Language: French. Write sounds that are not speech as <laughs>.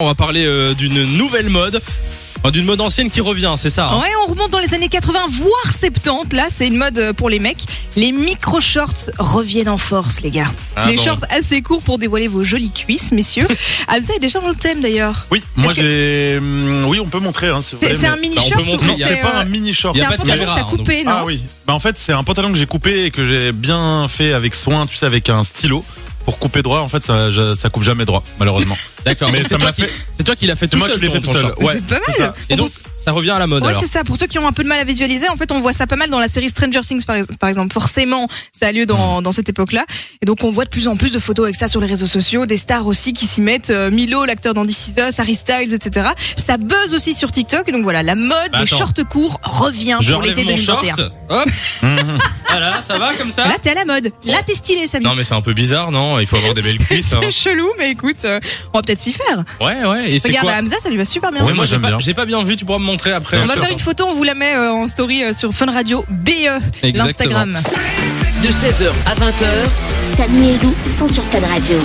On va parler euh, d'une nouvelle mode, enfin, d'une mode ancienne qui revient, c'est ça hein Ouais, on remonte dans les années 80, voire 70. Là, c'est une mode euh, pour les mecs. Les micro-shorts reviennent en force, les gars. Ah les bon. shorts assez courts pour dévoiler vos jolies cuisses, messieurs. <laughs> ah, vous avez déjà dans le thème d'ailleurs. Oui, moi Est-ce j'ai. hum, Oui, on peut montrer. Hein, si vous C'est voulez, c'est un mais- Bah, on peut mini-short montrer, ou Non, il y a- c'est pas un mini short. il y C'est a un pas de pantalon que caméra, t'as hein, donc. coupé, non Ah oui. Bah en fait, c'est un pantalon que j'ai coupé et que j'ai bien fait avec soin, tu sais, avec un stylo pour couper droit. En fait, ça, je- ça coupe jamais droit, malheureusement. D'accord, Mais donc ça c'est toi m'a qui- fait- C'est toi qui l'as fait C'est tout moi seul. qui l'ai ton- fait tout ton seul. short. Ouais. C'est pas c'est mal. ça. Et On donc, pense- Ah ça revient à la mode Ouais, alors. c'est ça. Pour ceux qui ont un peu de mal à visualiser, en fait, on voit ça pas mal dans la série Stranger Things, par, ex- par exemple. Forcément, ça a lieu Hmm. dans, dans cette époque-là. Et donc, on voit de plus en plus de photos avec ça sur les réseaux sociaux, des stars aussi qui s'y mettent. euh, Milo, l'acteur d'Andy Us, Harry Styles, etc. Ça buzz aussi sur TikTok. Et donc, voilà, la mode Bah, des attends. shorts courts revient Je pour l'été relève mon 2021. short. Hop, voilà, ça va comme ça Là, t'es à la mode. Là, t'es stylé, Samy. Non mais c'est un peu bizarre, non Il faut avoir des belles <laughs> cuisses. hein. C'est chelou, mais écoute, euh, on va peut-être s'y faire. Ouais, ouais. Et c'est Regarde, quoi à Hamza, ça lui va super bien. Ouais, Oui, moi, j'ai j'aime pas- bien. J'ai pas bien vu. Tu pourras me montrer après. on bien va sûr. faire une photo, on vous la met euh, en story euh, sur Fun Radio BE, Exactement. l'Instagram. de 16h à 20h. Samy et Lou sont sur Fan Radio.